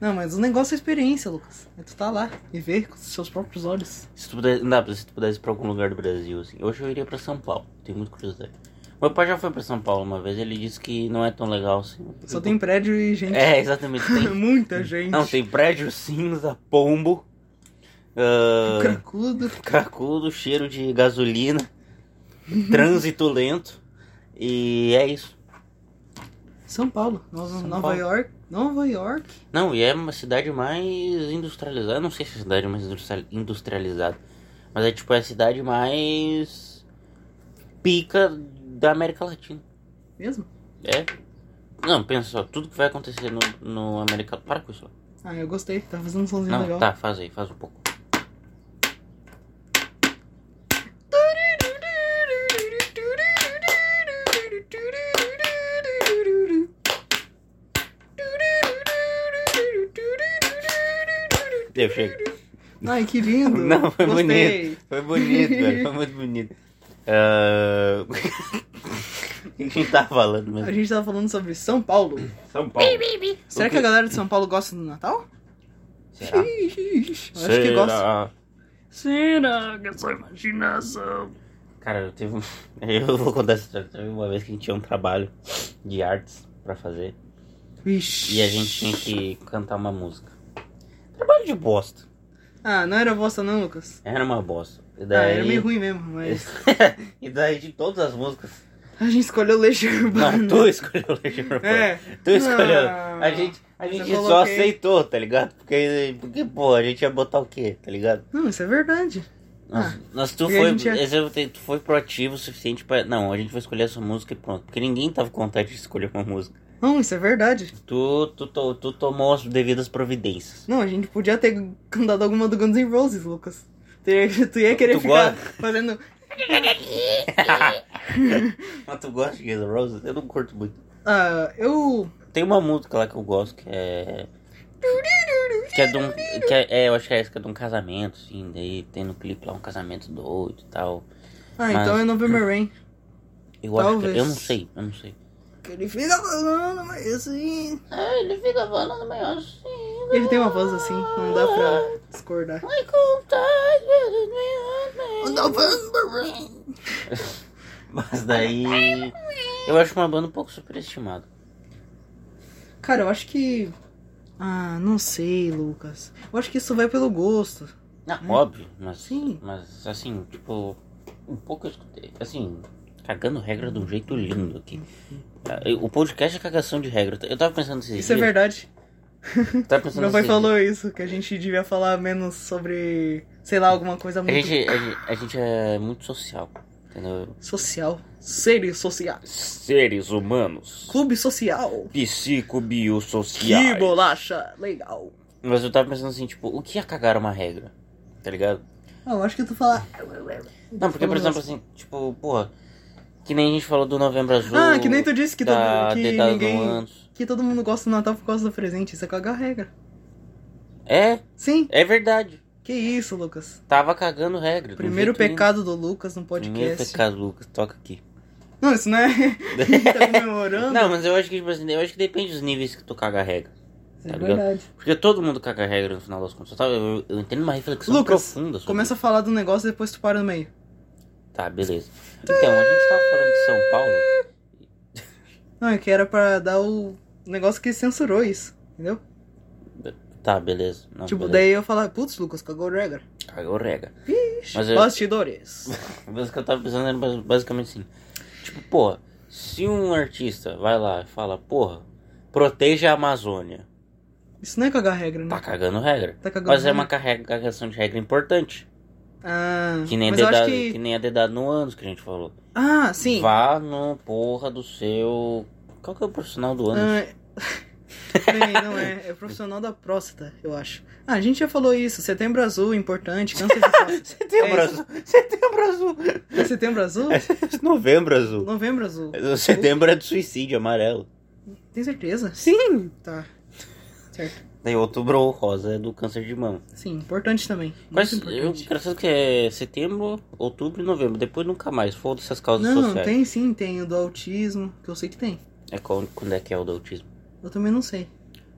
S2: Não, mas o negócio é a experiência, Lucas. É tu tá lá e ver com os seus próprios olhos.
S1: Se tu pudesse, não, se tu pudesse ir pra algum lugar do Brasil, assim. Hoje eu iria pra São Paulo, tenho muita curiosidade. Meu pai já foi pra São Paulo uma vez, ele disse que não é tão legal assim.
S2: Só tem prédio e gente.
S1: É, exatamente. Tem,
S2: Muita gente.
S1: não, tem prédio, cinza, pombo, ah,
S2: Cracudo.
S1: cracudo, cheiro de gasolina, trânsito lento. E é isso.
S2: São Paulo. Nova,
S1: São
S2: Nova
S1: Paulo.
S2: York. Nova York.
S1: Não, e é uma cidade mais industrializada. Eu não sei se é a cidade mais industri- industrializada. Mas é tipo é a cidade mais pica da América Latina.
S2: Mesmo?
S1: É. Não, pensa só, tudo que vai acontecer no, no América. Para com isso.
S2: Ah, eu gostei. Tá fazendo um somzinho
S1: Não,
S2: legal.
S1: tá, faz aí, faz um pouco. Deu, chega.
S2: Ai, que lindo.
S1: Não, foi
S2: Gostei.
S1: bonito. Foi bonito, velho. Foi muito bonito. Ah, O que a gente tá falando
S2: A
S1: mesmo?
S2: gente tava falando sobre São Paulo.
S1: São Paulo.
S2: Será
S1: O
S2: que a
S1: quê?
S2: galera de São Paulo gosta do Natal?
S1: Será?
S2: Eu acho que
S1: Será?
S2: gosta.
S3: Será que é só imaginação?
S1: Cara, eu teve um... Eu vou contar essa história. Teve uma vez que a gente tinha um trabalho de artes pra fazer.
S2: Ixi.
S1: E a gente tinha que cantar uma música. Trabalho de bosta.
S2: Ah, não era bosta não, Lucas.
S1: Era uma bosta. E
S2: Ah,
S1: daí...
S2: era meio ruim mesmo, mas...
S1: e daí de todas as músicas...
S2: A gente escolheu Legião Urbana.
S1: Não, tu escolheu Legião Urbana.
S2: É.
S1: Tu escolheu.
S2: Ah.
S1: A gente, a gente
S2: Eu
S1: só
S2: coloquei.
S1: aceitou, tá ligado? Porque, porque, pô, a gente ia botar o quê, tá ligado?
S2: Não, isso é verdade.
S1: Nossa, nossa, tu,
S2: porque Ah. a
S1: foi,
S2: gente é-
S1: esse eu te- tu foi proativo o suficiente pra. Não, a gente vai escolher essa música e pronto. Porque ninguém tava com vontade de escolher uma música.
S2: Não, isso é verdade.
S1: Tu, tu, to- tu tomou as devidas providências.
S2: Não, a gente podia ter cantado alguma do Guns N' Roses, Lucas. Tu ia, tu ia querer
S1: Tu
S2: ficar
S1: gosta?
S2: fazendo...
S3: É.
S1: Mas tu gosta de Guns N' Roses? Eu não curto muito.
S2: Ah, eu...
S1: Tem uma música lá que eu gosto que é. Que é de um. Que é, é, eu acho que é essa que é de um casamento, assim. Daí tem no clipe lá um casamento doido e tal.
S2: Ah,
S1: Mas-
S2: então é November Rain.
S1: Eu acho que.
S2: Talvez.
S1: Eu não sei, eu não sei.
S2: Que ele fica falando, mas assim...
S3: Ah, ele fica falando melhor assim.
S2: Ele tem uma voz assim, não dá pra discordar.
S3: Vai contar as vezes melhor, né?
S2: November Rain.
S1: Mas daí. Eu acho uma banda um pouco superestimada.
S2: Cara, eu acho que. Ah, não sei, Lucas. Eu acho que isso vai pelo gosto.
S1: Não, óbvio, mas.
S2: Hum? Sim.
S1: Mas assim, tipo, um pouco eu escutei. Assim, cagando regra de um jeito lindo aqui. Ah, eu- O podcast é cagação de regra. Eu tava pensando nesses
S2: Hum. Isso é
S1: dias-
S2: verdade.
S1: Tava pensando
S2: Meu
S1: nesses
S2: pai
S1: dias.
S2: falou isso, que a gente devia falar menos sobre, sei lá, alguma coisa
S1: A
S2: muito
S1: gente, a, gente, a gente é muito social, entendeu?
S2: social. Seres sociais.
S1: Seres humanos.
S2: Clube social. Que
S1: Psicobiosociais.
S2: bolacha legal.
S1: Mas eu tava pensando assim, tipo, o que é cagar uma regra? Tá ligado?
S2: Ah, eu acho que tu fala.
S1: Não, porque, por exemplo, assim, tipo, porra, que nem a gente falou do Novembro Azul.
S2: Ah, que nem tu disse que, todo-
S1: da
S2: que
S1: dedada
S2: ninguém.
S1: do Manso.
S2: Que todo mundo gosta do Natal por causa do presente. Isso é cagar regra.
S1: É,
S2: Sim,
S1: é verdade.
S2: que isso, Lucas.
S1: Tava cagando regra. do
S2: Primeiro
S1: jeito nenhum.
S2: pecado do Lucas no
S1: Primeiro
S2: podcast.
S1: pecado, Lucas, toca aqui.
S2: Não, isso não é. tá comemorando.
S1: Não, mas eu acho que, tipo assim, eu acho que depende dos níveis que tu caga a regra.
S2: Isso
S1: tá
S2: é
S1: ligado?
S2: verdade.
S1: Porque todo mundo caga a regra no final das contas. Eu, tava- eu, eu entendo uma reflexão
S2: Lucas,
S1: profunda sobre
S2: Começa a falar do negócio e depois tu para no meio.
S1: Tá, beleza. Então, a gente tava falando de São Paulo.
S2: Não, é que era pra dar o negócio que censurou isso, entendeu?
S1: Tá, beleza. Não,
S2: tipo,
S1: beleza.
S2: daí eu falar, putz, Lucas, cagou regra.
S1: Cagou regra.
S2: Ixi,
S1: Mas eu-
S2: bastidores.
S1: Mas o que eu tava pensando era bas- basicamente assim. Tipo, porra, se um artista vai lá e fala, porra, proteja a Amazônia.
S2: Isso não é cagar regra, né?
S1: Tá cagando regra.
S2: Tá cagando
S1: Mas é
S2: regra.
S1: uma carrega- cagação de regra importante.
S2: Ah,
S1: Que nem,
S2: mas eu acho
S1: dedado,
S2: que...
S1: que... nem a dedada no ânus que a gente falou.
S2: Ah, sim.
S1: Vá no porra do seu. Qual que é o profissional do ânus?
S2: Ah, Bem, não é. É profissional da próstata, eu acho. Ah, a gente já falou isso. Setembro azul, importante. Câncer de próstata.
S1: Setembro
S2: é isso.
S1: azul. Setembro azul.
S2: É setembro azul?
S1: Novembro azul.
S2: Novembro azul.
S1: Setembro é do suicídio amarelo.
S2: Tem certeza?
S1: Sim.
S2: Tá. Certo.
S1: Daí outubro rosa é do câncer de mama.
S2: Sim, importante também.
S1: Mas
S2: Muito
S1: eu,
S2: importante.
S1: engraçado que é setembro, outubro e novembro. Depois nunca mais. Foda-se as causas
S2: Não,
S1: sociais.
S2: tem sim, tem o do autismo, que eu sei que tem.
S1: É quando, quando é que é o do autismo.
S2: Eu também não sei.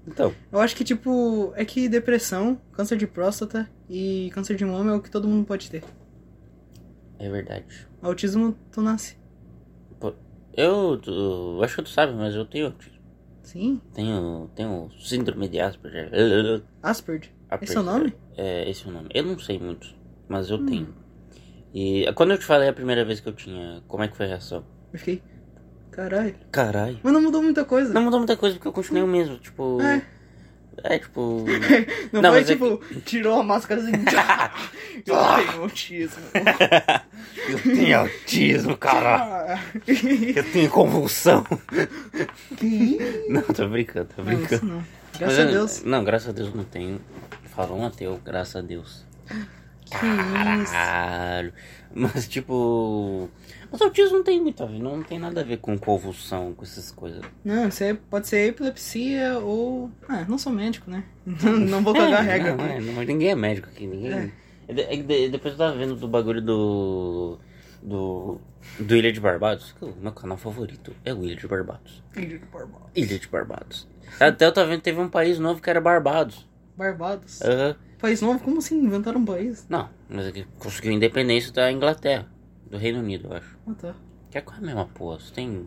S1: Então,
S2: Eu acho que, tipo, é que depressão, câncer de próstata e câncer de mama é o que todo mundo pode ter.
S1: é verdade.
S2: Autismo, tu nasce.
S1: Eu, tu- acho que tu sabe, mas eu tenho autismo.
S2: Sim.
S1: Tenho, tenho síndrome de Asperger. Esse
S2: Asperger.
S1: Tá
S2: Esse é o nome?
S1: É, esse é o nome. Eu não sei muito, mas eu
S2: Hum.
S1: tenho. E quando eu te falei a primeira vez que eu tinha, como é que foi a reação?
S2: Eu fiquei. Caralho.
S1: Caralho.
S2: Mas não mudou muita coisa.
S1: Não mudou muita coisa, porque eu continuei o mesmo. Tipo...
S2: É.
S1: é tipo...
S2: Não,
S1: Não,
S2: foi
S1: mas é
S2: tipo, tirou a máscara assim. tchá, eu tenho autismo.
S1: eu tenho autismo, caralho.
S2: Ah.
S1: Eu tenho convulsão.
S2: Que
S1: Não, tô brincando, tô
S2: Não,
S1: brincando.
S2: isso não.
S1: Mas é-
S2: Graças a
S1: eu-
S2: Deus.
S1: Não, graças a Deus não tenho. Fala um ateu, graças a Deus.
S2: Que isso.
S1: Caralho. Mas tipo. Mas autismo não tem muito a ver, não tem nada a ver com convulsão, com essas coisas.
S2: Não, isso é- pode ser epilepsia ou. Ah, não sou médico, né? Não vou cagar a regra.
S1: Não,
S2: aqui.
S1: é, não, mas ninguém é médico aqui, ninguém.
S2: É.
S1: É de- é que de- depois eu tava vendo do bagulho do. Do. Do Ilha de Barbados. que o Meu canal favorito é o Ilha de Barbados. Ilha de Barbados. Até eu tava vendo, teve um país novo que era Barbados.
S2: Barbados.
S1: Aham.
S2: País novo? Como assim? Inventaram um país?
S1: Não, mas é que conseguiu a independência da Inglaterra, do Reino Unido, eu acho.
S2: Ah, tá.
S1: Que é quase a mesma porra, você tem.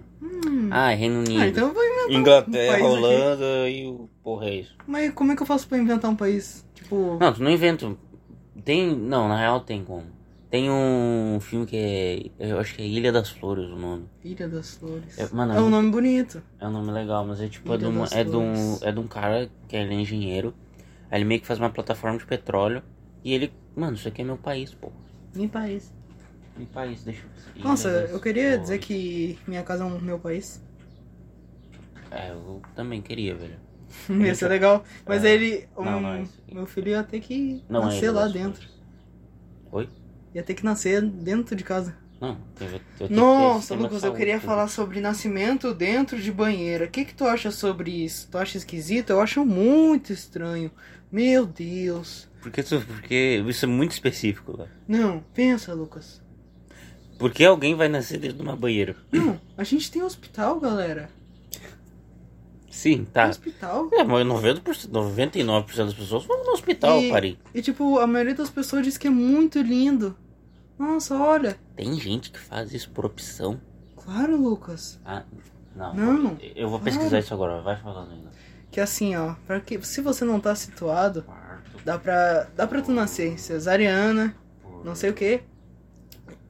S1: Ah, Reino Unido.
S2: Ah, então vai.
S1: Inglaterra,
S2: um país aqui.
S1: Holanda e o. Porra, é isso.
S2: Mas como é que eu faço pra inventar um país? Tipo.
S1: Não, tu não inventa. um- Tem. Não, na real tem como. Tem um filme que é. Eu acho que é Ilha das Flores o nome.
S2: Ilha das Flores.
S1: É,
S2: É,
S1: mano,
S2: um nome bonito.
S1: É um nome legal, mas é tipo. É
S2: Ilha
S1: de, uma,
S2: das
S1: é, de um,
S2: Flores.
S1: é de um cara que ele é engenheiro. Aí ele meio que faz uma plataforma de petróleo. E ele. Mano, isso aqui é meu país, pô.
S2: Meu país.
S1: Meu país, deixa eu ver. Ilha
S2: Nossa,
S1: das
S2: eu queria dizer
S1: Flores.
S2: que minha casa é um meu país.
S1: É, eu também queria, velho.
S2: Ia ser legal. Mas
S1: É.
S2: ele. Um,
S1: Não, não é isso aqui.
S2: meu filho ia ter que
S1: Não é
S2: nascer
S1: Ilha
S2: lá
S1: das
S2: dentro.
S1: Flores. Oi?
S2: Ia ter que nascer dentro de casa.
S1: Não, eu, eu tenho que ter
S2: Nossa,
S1: sistema de
S2: Lucas, eu
S1: saúde,
S2: queria
S1: né?
S2: falar sobre nascimento dentro de banheira. O que, que tu acha sobre isso? Tu acha esquisito? Eu acho muito estranho. Meu Deus.
S1: Porque, tu- porque isso é muito específico, velho.
S2: Não, pensa, Lucas.
S1: Por que alguém vai nascer dentro de uma banheira?
S2: Não, a gente tem hospital, galera.
S1: Sim,
S2: Tem
S1: tá.
S2: hospital.
S1: É, mas 90%, 99% das pessoas vão no hospital,
S2: E-
S1: pari.
S2: E tipo, a maioria das pessoas diz que é muito lindo. Nossa, olha.
S1: Tem gente que faz isso por opção.
S2: Claro, Lucas.
S1: Ah, não.
S2: Não.
S1: Eu vou pesquisar isso agora, vai falando ainda.
S2: Que assim, ó, para que se você não tá situado,
S1: Quarto
S2: dá pra, dá pra tu nascer cesariana,
S1: por-
S2: não sei o que,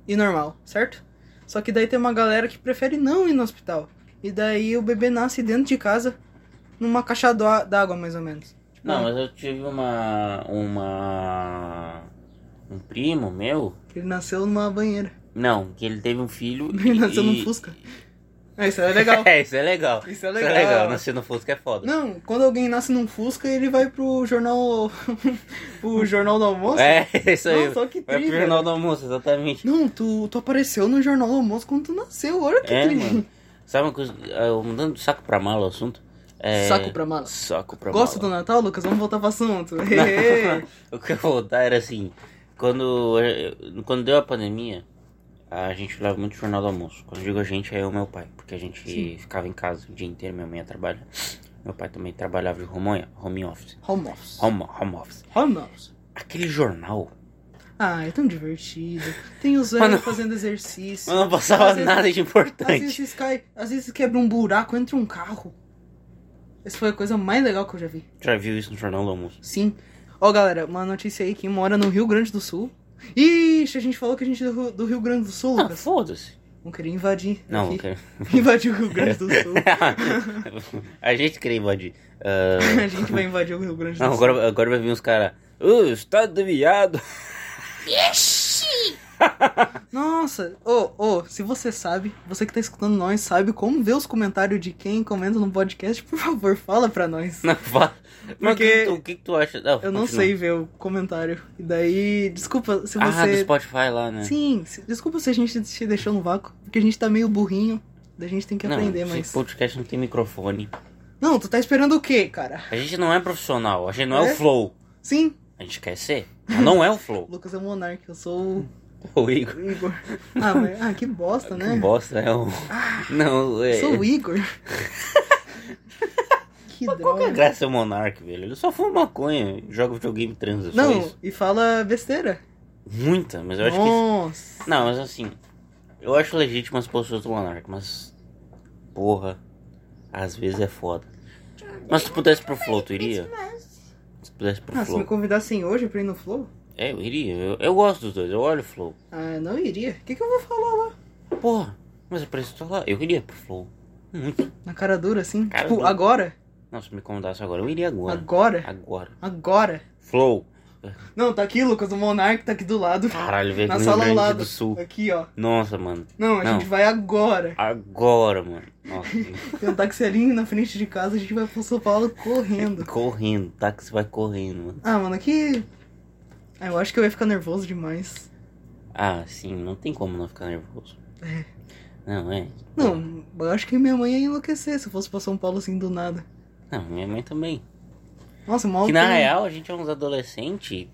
S2: e normal, certo? Só que daí tem uma galera que prefere não ir no hospital. E daí o bebê nasce dentro de casa, numa caixa d'á- d'água, mais ou menos. Tipo,
S1: Não, mas eu tive uma. Uma. Um primo meu.
S2: Ele nasceu numa banheira.
S1: Não, que ele teve um filho.
S2: Ele
S1: e-
S2: nasceu num
S1: e-
S2: Fusca. É, isso é legal.
S1: É, isso é legal.
S2: Isso
S1: Isso
S2: é legal.
S1: é legal, nascer no Fusca é foda.
S2: Não, quando alguém nasce num Fusca, ele vai pro jornal. pro jornal do almoço.
S1: É, isso aí.
S2: Não, só que
S1: Vai pro
S2: tri,
S1: jornal do almoço, exatamente.
S2: Não, tu, tu apareceu no Jornal do Almoço quando tu nasceu, olha que
S1: É,
S2: tri.
S1: mano. Sabe uma coisa? ah, eu Mudando de saco pra mala o assunto. É...
S2: Saco pra mala.
S1: Saco pra
S2: Gosta do
S1: mala.
S2: Natal, Lucas? Vamos voltar pro assunto.
S1: O que eu vou voltar era assim. Quando, eu- quando deu a pandemia, a gente olhava muito jornal do almoço. Quando eu digo a gente, é eu e meu pai. Porque a gente ficava em casa o dia inteiro, minha mãe ia trabalhar. Meu pai também trabalhava de home, home office.
S2: Home office.
S1: Home, home office.
S2: Home office.
S1: Aquele jornal.
S2: Ah, é tão divertido. Tem os
S1: Mano.
S2: velhos fazendo exercício.
S1: Mas não passava
S2: Às vezes-
S1: nada de
S2: Às
S1: importante.
S2: vezes cai, às vezes quebra um buraco, entra um carro. Essa foi a coisa mais legal que eu já vi.
S1: Já viu isso no jornal do almoço?
S2: Sim. Ó, galera, uma notícia aí que mora no Rio Grande do Sul. Ixi, a gente falou que a gente é do, Rio- do Rio Grande do Sul,
S1: Ah,
S2: Lucas.
S1: foda-se.
S2: Não queria invadir.
S1: Não,
S2: aqui.
S1: eu quero.
S2: Invadir o Rio Grande do Sul.
S1: a gente queria invadir. Ah,
S2: a gente vai invadir o Rio Grande do
S1: não,
S2: Sul.
S1: agora, agora vai vir uns caras. Uh, estado do viado.
S2: Nossa, ô, ô, se você sabe, você que tá escutando nós, sabe como ver os comentários de quem comenta no podcast, por favor, fala pra nós.
S1: Não, fala. Mas o
S2: Porque
S1: que, tu- o que que tu acha?
S2: Eu não
S1: continua.
S2: sei ver o comentário. E daí, desculpa se
S1: Ah, do
S2: você.
S1: Spotify lá, né?
S2: Sim, se- desculpa se a gente te deixou no vácuo, porque a gente tá meio burrinho, da gente tem que
S1: não,
S2: aprender,
S1: esse
S2: mas.
S1: podcast não tem microfone.
S2: Não, tu tá esperando o quê, cara?
S1: A gente não é profissional, a gente não é,
S2: É?
S1: o Flow.
S2: Sim,
S1: A gente quer ser, mas não é o Flow.
S2: o Lucas é o Monark, eu sou
S1: O
S2: o
S1: Igor.
S2: Igor. Ah, mas, ah que bosta,
S1: Que
S2: né?
S1: bosta, é o. Não, é.
S2: Eu sou o Igor. que
S1: Qual que é a
S2: droga.
S1: graça do Monark, velho? Ele só fuma maconha, joga videogame e transa. só
S2: Não,
S1: isso.
S2: e fala besteira.
S1: Muita, mas eu acho que.
S2: Nossa.
S1: Não, mas assim. Eu acho legítimo as pessoas do Monark, mas. Porra. Às vezes é foda. Mas se tu pudesse pro Flow, tu iria? Se pudesse pro
S2: Ah, se me
S1: Flow.
S2: convidassem hoje pra ir no Flow,
S1: É, eu iria. Eu, eu gosto dos dois, eu olho o Flow.
S2: ah, não iria. O que, que eu vou falar lá?
S1: Porra, mas eu preciso estar lá. Eu iria pro Flow. Muito.
S2: Na cara dura, assim?
S1: Cara
S2: tipo,
S1: dura.
S2: agora?
S1: Não, se me convidasse agora, eu iria agora.
S2: Agora?
S1: Agora.
S2: Agora?
S1: Flow.
S2: Não, tá aqui, Lucas, o Monark tá aqui do lado.
S1: Caralho, veio
S2: na
S1: aqui no Rio
S2: sala ao
S1: Grande
S2: um lado.
S1: do Sul.
S2: Aqui, ó.
S1: Nossa, mano.
S2: Não, a
S1: Não.
S2: gente vai agora.
S1: Agora, mano. Nossa.
S2: Tem um táxi ali na frente de casa, a gente vai pro São Paulo correndo.
S1: correndo. Táxi vai correndo, mano.
S2: Ah, mano, aqui. Ah, eu acho que eu ia ficar nervoso demais.
S1: Ah, sim. Não tem como não ficar nervoso. Não, é.
S2: Não, eu acho que minha mãe ia enlouquecer se eu fosse pra São Paulo assim do nada.
S1: Não, minha mãe também.
S2: Nossa, mal
S1: Que na
S2: tem-
S1: real a gente é uns adolescentes.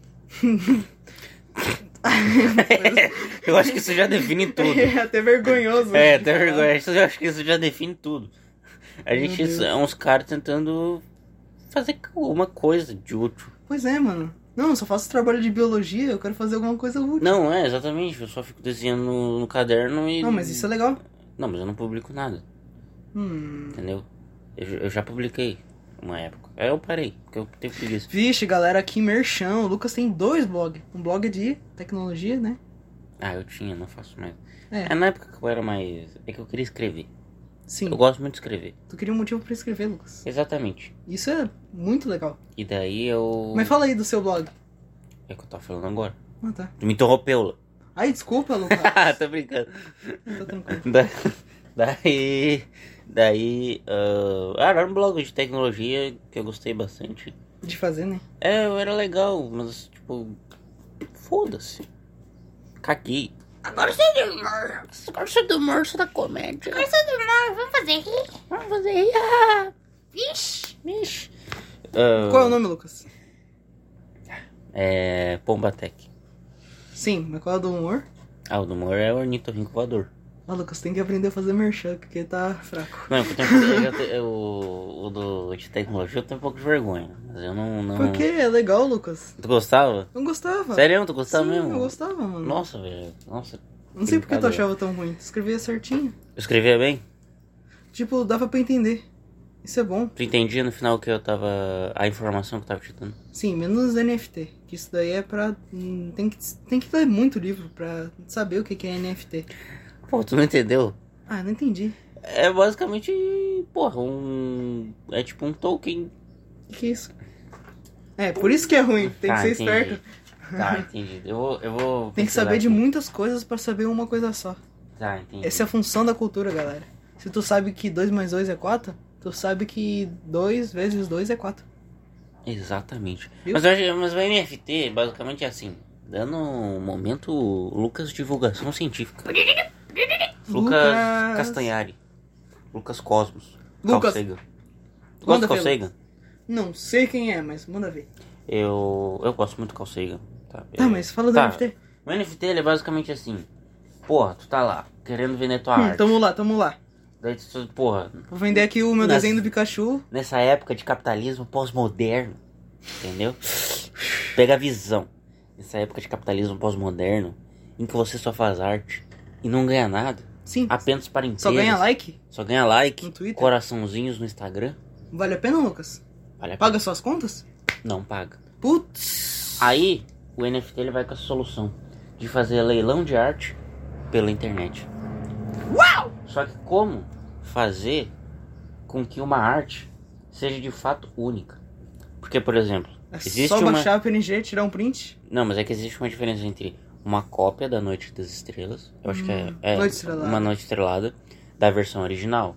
S1: eu acho que isso já define tudo.
S2: É até vergonhoso. né?
S1: É, até vergonha. Isso Eu acho que isso já define tudo. A
S2: Meu
S1: gente
S2: Deus.
S1: é uns caras tentando fazer alguma coisa de útil.
S2: Pois é, mano. Não, eu só faço trabalho de biologia, eu quero fazer alguma coisa útil.
S1: Não, é, exatamente. Eu só fico desenhando no, no caderno e.
S2: Não, mas isso é legal.
S1: Não, mas eu não publico nada,
S2: Hum.
S1: entendeu? Eu, eu já publiquei uma época. Aí eu parei, porque eu tenho preguiça.
S2: Vixe, galera, aqui merchão. O Lucas tem dois blogs. Um blog de tecnologia, né?
S1: Ah, eu tinha, não faço mais.
S2: É.
S1: É na época que eu era mais. É que eu queria escrever.
S2: Sim.
S1: É, Eu gosto muito de escrever.
S2: Tu queria um motivo pra escrever, Lucas.
S1: Exatamente.
S2: Isso é muito legal.
S1: E daí eu.
S2: Mas fala aí do seu blog.
S1: É o que eu tava falando agora.
S2: Ah, tá.
S1: Tu me interrompeu, lá.
S2: Ai, desculpa, Lucas.
S1: Ah, tô brincando.
S2: tá tranquilo.
S1: Da- daí. Daí. ah, era um blog de tecnologia que eu gostei bastante.
S2: De fazer, né?
S1: É, eu era legal, mas tipo. Foda-se. Caguei.
S4: Agora você é do humor. Agora você é do humor, você é da comédia. Agora você é do humor, vamos fazer rir. Vamos fazer rir. Ah, vixe, vixe.
S1: Ah,
S2: Qual é o nome, Lucas?
S1: é. Pombatec.
S2: Sim, mas qual é o do humor?
S1: Ah, o do humor é o ornitorrinco voador.
S2: Ah, Lucas, tem que aprender a fazer merchan, porque tá fraco.
S1: Não, porque eu tenho- eu já te- eu- o do de tecnologia eu tenho um pouco de vergonha. Mas eu não. não...
S2: Porque é legal, Lucas.
S1: Tu gostava?
S2: Eu gostava.
S1: Ah. Sério, tu gostava
S2: Sim,
S1: mesmo?
S2: eu gostava, mano.
S1: Nossa, velho. Nossa.
S2: Não sei porque tu
S1: Brincadeira.
S2: achava tão ruim. Tu escrevia certinho.
S1: Escrevia bem?
S2: Tipo, dava pra entender. Isso é bom.
S1: Tu entendia no final que eu tava. a informação que eu tava ditando?
S2: Sim, menos NFT. Que isso daí é pra. hum, Tem que, tem que ler muito livro pra saber o que que é NFT.
S1: Pô, tu não entendeu?
S2: Ah, não entendi.
S1: É basicamente. Porra, um. É tipo um Tolkien.
S2: O que é isso? É, por isso que é ruim. Tem que
S1: Tá,
S2: ser
S1: entendi.
S2: esperto.
S1: Tá, entendi. Eu vou. Eu vou
S2: Tem que
S1: pesquisar
S2: saber de
S1: aqui.
S2: muitas coisas pra saber uma coisa só.
S1: Tá, entendi.
S2: Essa é a função da cultura, galera. Se tu sabe que 2 mais 2 é 4, tu sabe que 2 vezes 2 é 4.
S1: Exatamente.
S2: Viu?
S1: Mas, eu acho- mas o NFT basicamente é assim. Dando um momento Lucas divulgação científica. Lucas,
S2: Lucas-
S1: Castanhari. Lucas Cosmos.
S2: Lucas.
S1: Carl Sagan. Tu gosta
S2: Manda
S1: do Carl
S2: ver,
S1: Sagan?
S2: Não sei quem é, mas manda ver.
S1: Eu, eu gosto muito do Carl Sagan. Tá,
S2: Tá,
S1: é-
S2: mas fala do
S1: tá.
S2: NFT.
S1: O NFT ele é basicamente assim. Porra, tu tá lá, querendo vender tua
S2: Hum,
S1: arte.
S2: tamo lá, tamo lá.
S1: Daí tu, porra,
S2: Vou vender aqui o meu
S1: Nossa.
S2: desenho do Pikachu.
S1: nessa época de capitalismo pós-moderno, entendeu? Pega a visão. Nessa época de capitalismo pós-moderno, em que você só faz arte e não ganha nada,
S2: Sim.
S1: apenas para empresas.
S2: Só ganha like?
S1: Só ganha like,
S2: No Twitter.
S1: coraçãozinhos no Instagram.
S2: Vale a pena, Lucas?
S1: Vale a
S2: Paga suas contas?
S1: pena. Não paga.
S2: Putz.
S1: Aí, o NFT ele vai com a solução de fazer leilão de arte pela internet. Uau! Só que como fazer com que uma arte seja de fato única? Porque, por exemplo,
S2: É
S1: existe
S2: só
S1: uma...
S2: baixar a PNG, tirar um print.
S1: Não, mas é que existe uma diferença entre uma cópia da Noite das Estrelas, eu acho que é,
S2: Hum,
S1: é
S2: Noite Estrelada.
S1: uma Noite Estrelada, da versão original,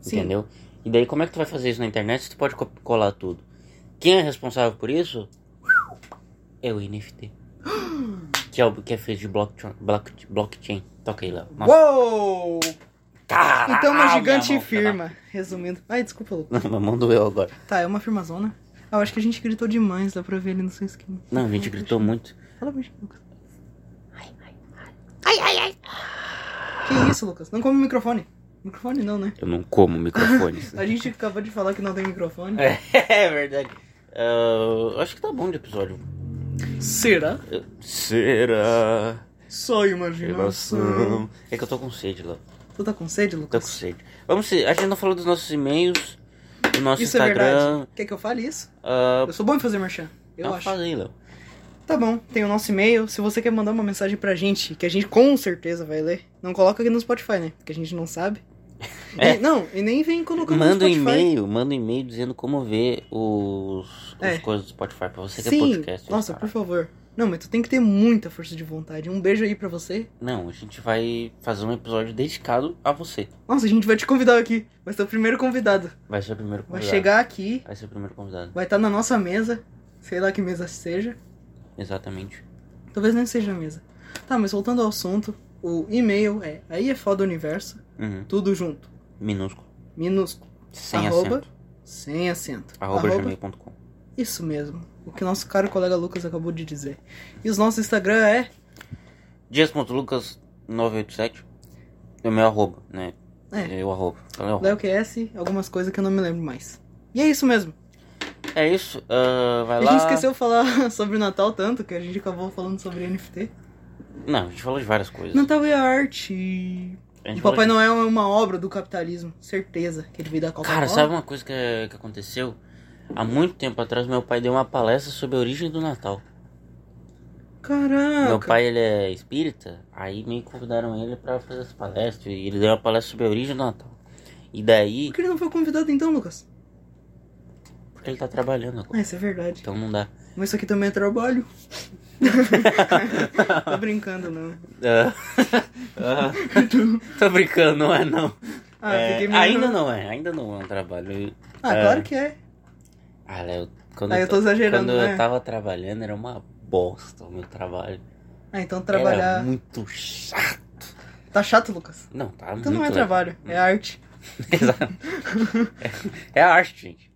S2: Sim.
S1: entendeu? E daí como é que tu vai fazer isso na internet se tu pode co- colar tudo? Quem é responsável por isso? É o NFT. Que é, o, que é feito de blockchain. block- blockchain. Toca aí, Léo. Nossa,
S2: Uou!
S1: caralho,
S2: Então uma
S1: minha
S2: gigante
S1: mão,
S2: firma. Resumindo. Ai, desculpa, Lucas.
S1: caralho. Não, minha mão doeu agora.
S2: Tá, é uma firmazona. Ah, eu acho que a gente gritou demais, dá pra ver ali no seu skin.
S1: Não, a gente gritou muito.
S2: Fala pra gente, Lucas.
S4: Ai, ai, ai.
S2: Que isso, Lucas? Não come o microfone. Microfone não, né?
S1: Eu não como microfones.
S2: A gente acabou de falar que não tem microfone.
S1: é verdade. Ah, acho que tá bom de episódio. É.
S2: Será?
S1: Será?
S2: Só imaginação.
S1: É que eu tô com sede, Léo.
S2: Tu tá com sede,
S1: Tô com
S2: Lucas?
S1: sede. Vamos se... A gente não falou dos nossos e-mails, do nosso
S2: Isso é
S1: Instagram.
S2: verdade. Quer que eu fale isso?
S1: ah,
S2: Eu sou bom em fazer merchan. Eu
S1: não,
S2: acho.
S1: fala aí, Léo.
S2: Tá bom, tem o nosso e-mail. Se você quer mandar uma mensagem pra gente, que a gente com certeza vai ler, não coloca aqui no Spotify, né? Porque a gente não sabe.
S1: É.
S2: E- não, e nem vem colocando
S1: Manda um
S2: no Spotify.
S1: e-mail, manda um e-mail dizendo como ver os, os
S2: É.
S1: coisas do Spotify pra você que é
S2: Sim,
S1: podcast.
S2: nossa,
S1: cara.
S2: por favor. Não, mas tu tem que ter muita força de vontade. Um beijo aí pra você.
S1: Não, a gente vai fazer um episódio dedicado a você.
S2: Nossa, a gente vai te convidar aqui. Vai ser o primeiro convidado.
S1: Vai ser o primeiro
S2: Vai
S1: convidado.
S2: chegar aqui,
S1: Vai ser o primeiro convidado.
S2: vai estar na nossa mesa. Sei lá que mesa seja.
S1: Exatamente.
S2: Talvez nem seja a mesa. Tá, mas voltando ao assunto, o e-mail é aí é foda universo,
S1: Uhum.
S2: tudo junto.
S1: Minúsculo.
S2: Minúsculo.
S1: Sem
S2: Arroba.
S1: acento.
S2: Sem acento.
S1: Arroba, gmail.com.
S2: Isso mesmo. O que nosso caro colega Lucas acabou de dizer. E os nossos Instagram é.
S1: Dias.lucas987. É o meu arroba, né?
S2: É.
S1: Eu arroba. Falei arroba.
S2: LeoQS, algumas coisas que eu não me lembro mais. E é isso mesmo.
S1: É isso. ah, vai
S2: A
S1: lá.
S2: gente esqueceu de falar sobre o Natal tanto que a gente acabou falando sobre NFT.
S1: Não, a gente falou de várias coisas.
S2: Natal é arte.
S1: A gente
S2: E
S1: falou
S2: Papai
S1: de-
S2: Noel é uma obra do capitalismo. Certeza que ele veio da Coca-Cola.
S1: Cara, sabe uma coisa que, que aconteceu? Há muito tempo atrás, meu pai deu uma palestra sobre a origem do Natal.
S2: Caraca.
S1: um- Meu pai, ele é espírita, aí meio que convidaram ele pra fazer essa palestra. E ele deu uma palestra sobre a origem do Natal. E daí,
S2: Por que ele não foi convidado então, Lucas?
S1: porque ele tá trabalhando agora.
S2: Ah, isso é verdade.
S1: Então não dá.
S2: Mas isso aqui também é trabalho. Tô brincando, não.
S1: Ah, ah, tô brincando, não é não.
S2: Ah,
S1: É,
S2: fiquei meio...
S1: ainda não é, ainda não é um trabalho.
S2: Ah,
S1: É.
S2: claro que é.
S1: Ah, Léo, quando,
S2: Ah, eu tô exagerando,
S1: quando
S2: né?
S1: eu tava trabalhando, era uma bosta o meu trabalho.
S2: Ah, então
S1: Era
S2: trabalhar.
S1: muito chato.
S2: Tá chato, Lucas?
S1: Não, tá muito
S2: Então não é
S1: legal.
S2: trabalho, é arte.
S1: Exato. É, é arte, gente.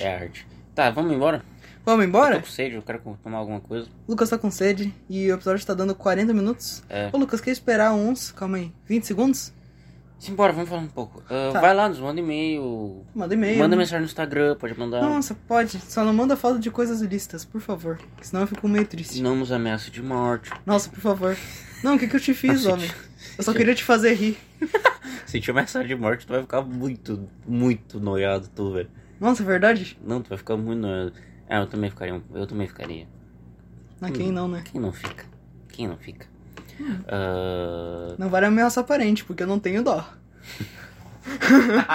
S1: É arte. Tá, vamos embora?
S2: Vamos
S1: Eu
S2: embora?
S1: tô com sede, eu quero co- tomar alguma coisa.
S2: Lucas tá com sede e o episódio tá dando 40 minutos.
S1: É.
S2: Ô, Lucas, quer esperar uns, calma aí, 20 segundos?
S1: Simbora, vamos falar um pouco. Ah,
S2: Tá.
S1: Vai lá, nos manda e-mail.
S2: Manda e-mail.
S1: Manda mensagem no Instagram, pode mandar.
S2: Nossa, pode. Só não manda foto de coisas ilícitas, por favor. que Senão eu fico meio triste.
S1: Não nos ameaça de morte.
S2: Nossa, por favor. Não, o que, que eu te fiz,
S1: Nossa, é?
S2: homem? Eu só queria te fazer rir.
S1: Se tiver mais de morte, tu vai ficar muito, muito noiado, tu, velho.
S2: Nossa, é verdade?
S1: Não, tu vai ficar muito noiado. Ah, eu também ficaria. um- Eu também ficaria.
S2: Ah,
S1: Hum.
S2: quem não, né?
S1: Quem não fica? Quem não fica? Ah,
S2: Não vale ameaçar parente, porque eu não tenho dó.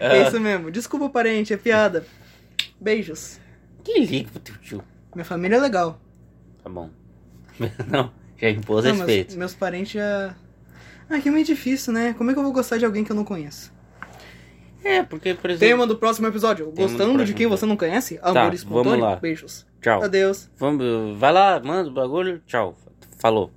S2: É
S1: ah,
S2: isso mesmo. Desculpa, parente, é piada. Beijos.
S1: que liga pro teu tio.
S2: Minha família é legal.
S1: Tá bom. Não, já impôs
S2: Não, meus,
S1: respeito.
S2: meus parentes já. Ah, que é meio difícil, né? Como é que eu vou gostar de alguém que eu não conheço?
S1: É, porque, por exemplo.
S2: Tema do próximo episódio.
S1: do
S2: Gostando de
S1: próximo Tá,
S2: quem você não conhece? Amor
S1: vamos
S2: espontâneo?
S1: lá.
S2: Beijos.
S1: Tchau.
S2: Adeus.
S1: Vamos, vai lá, manda o bagulho. Tchau. Falou.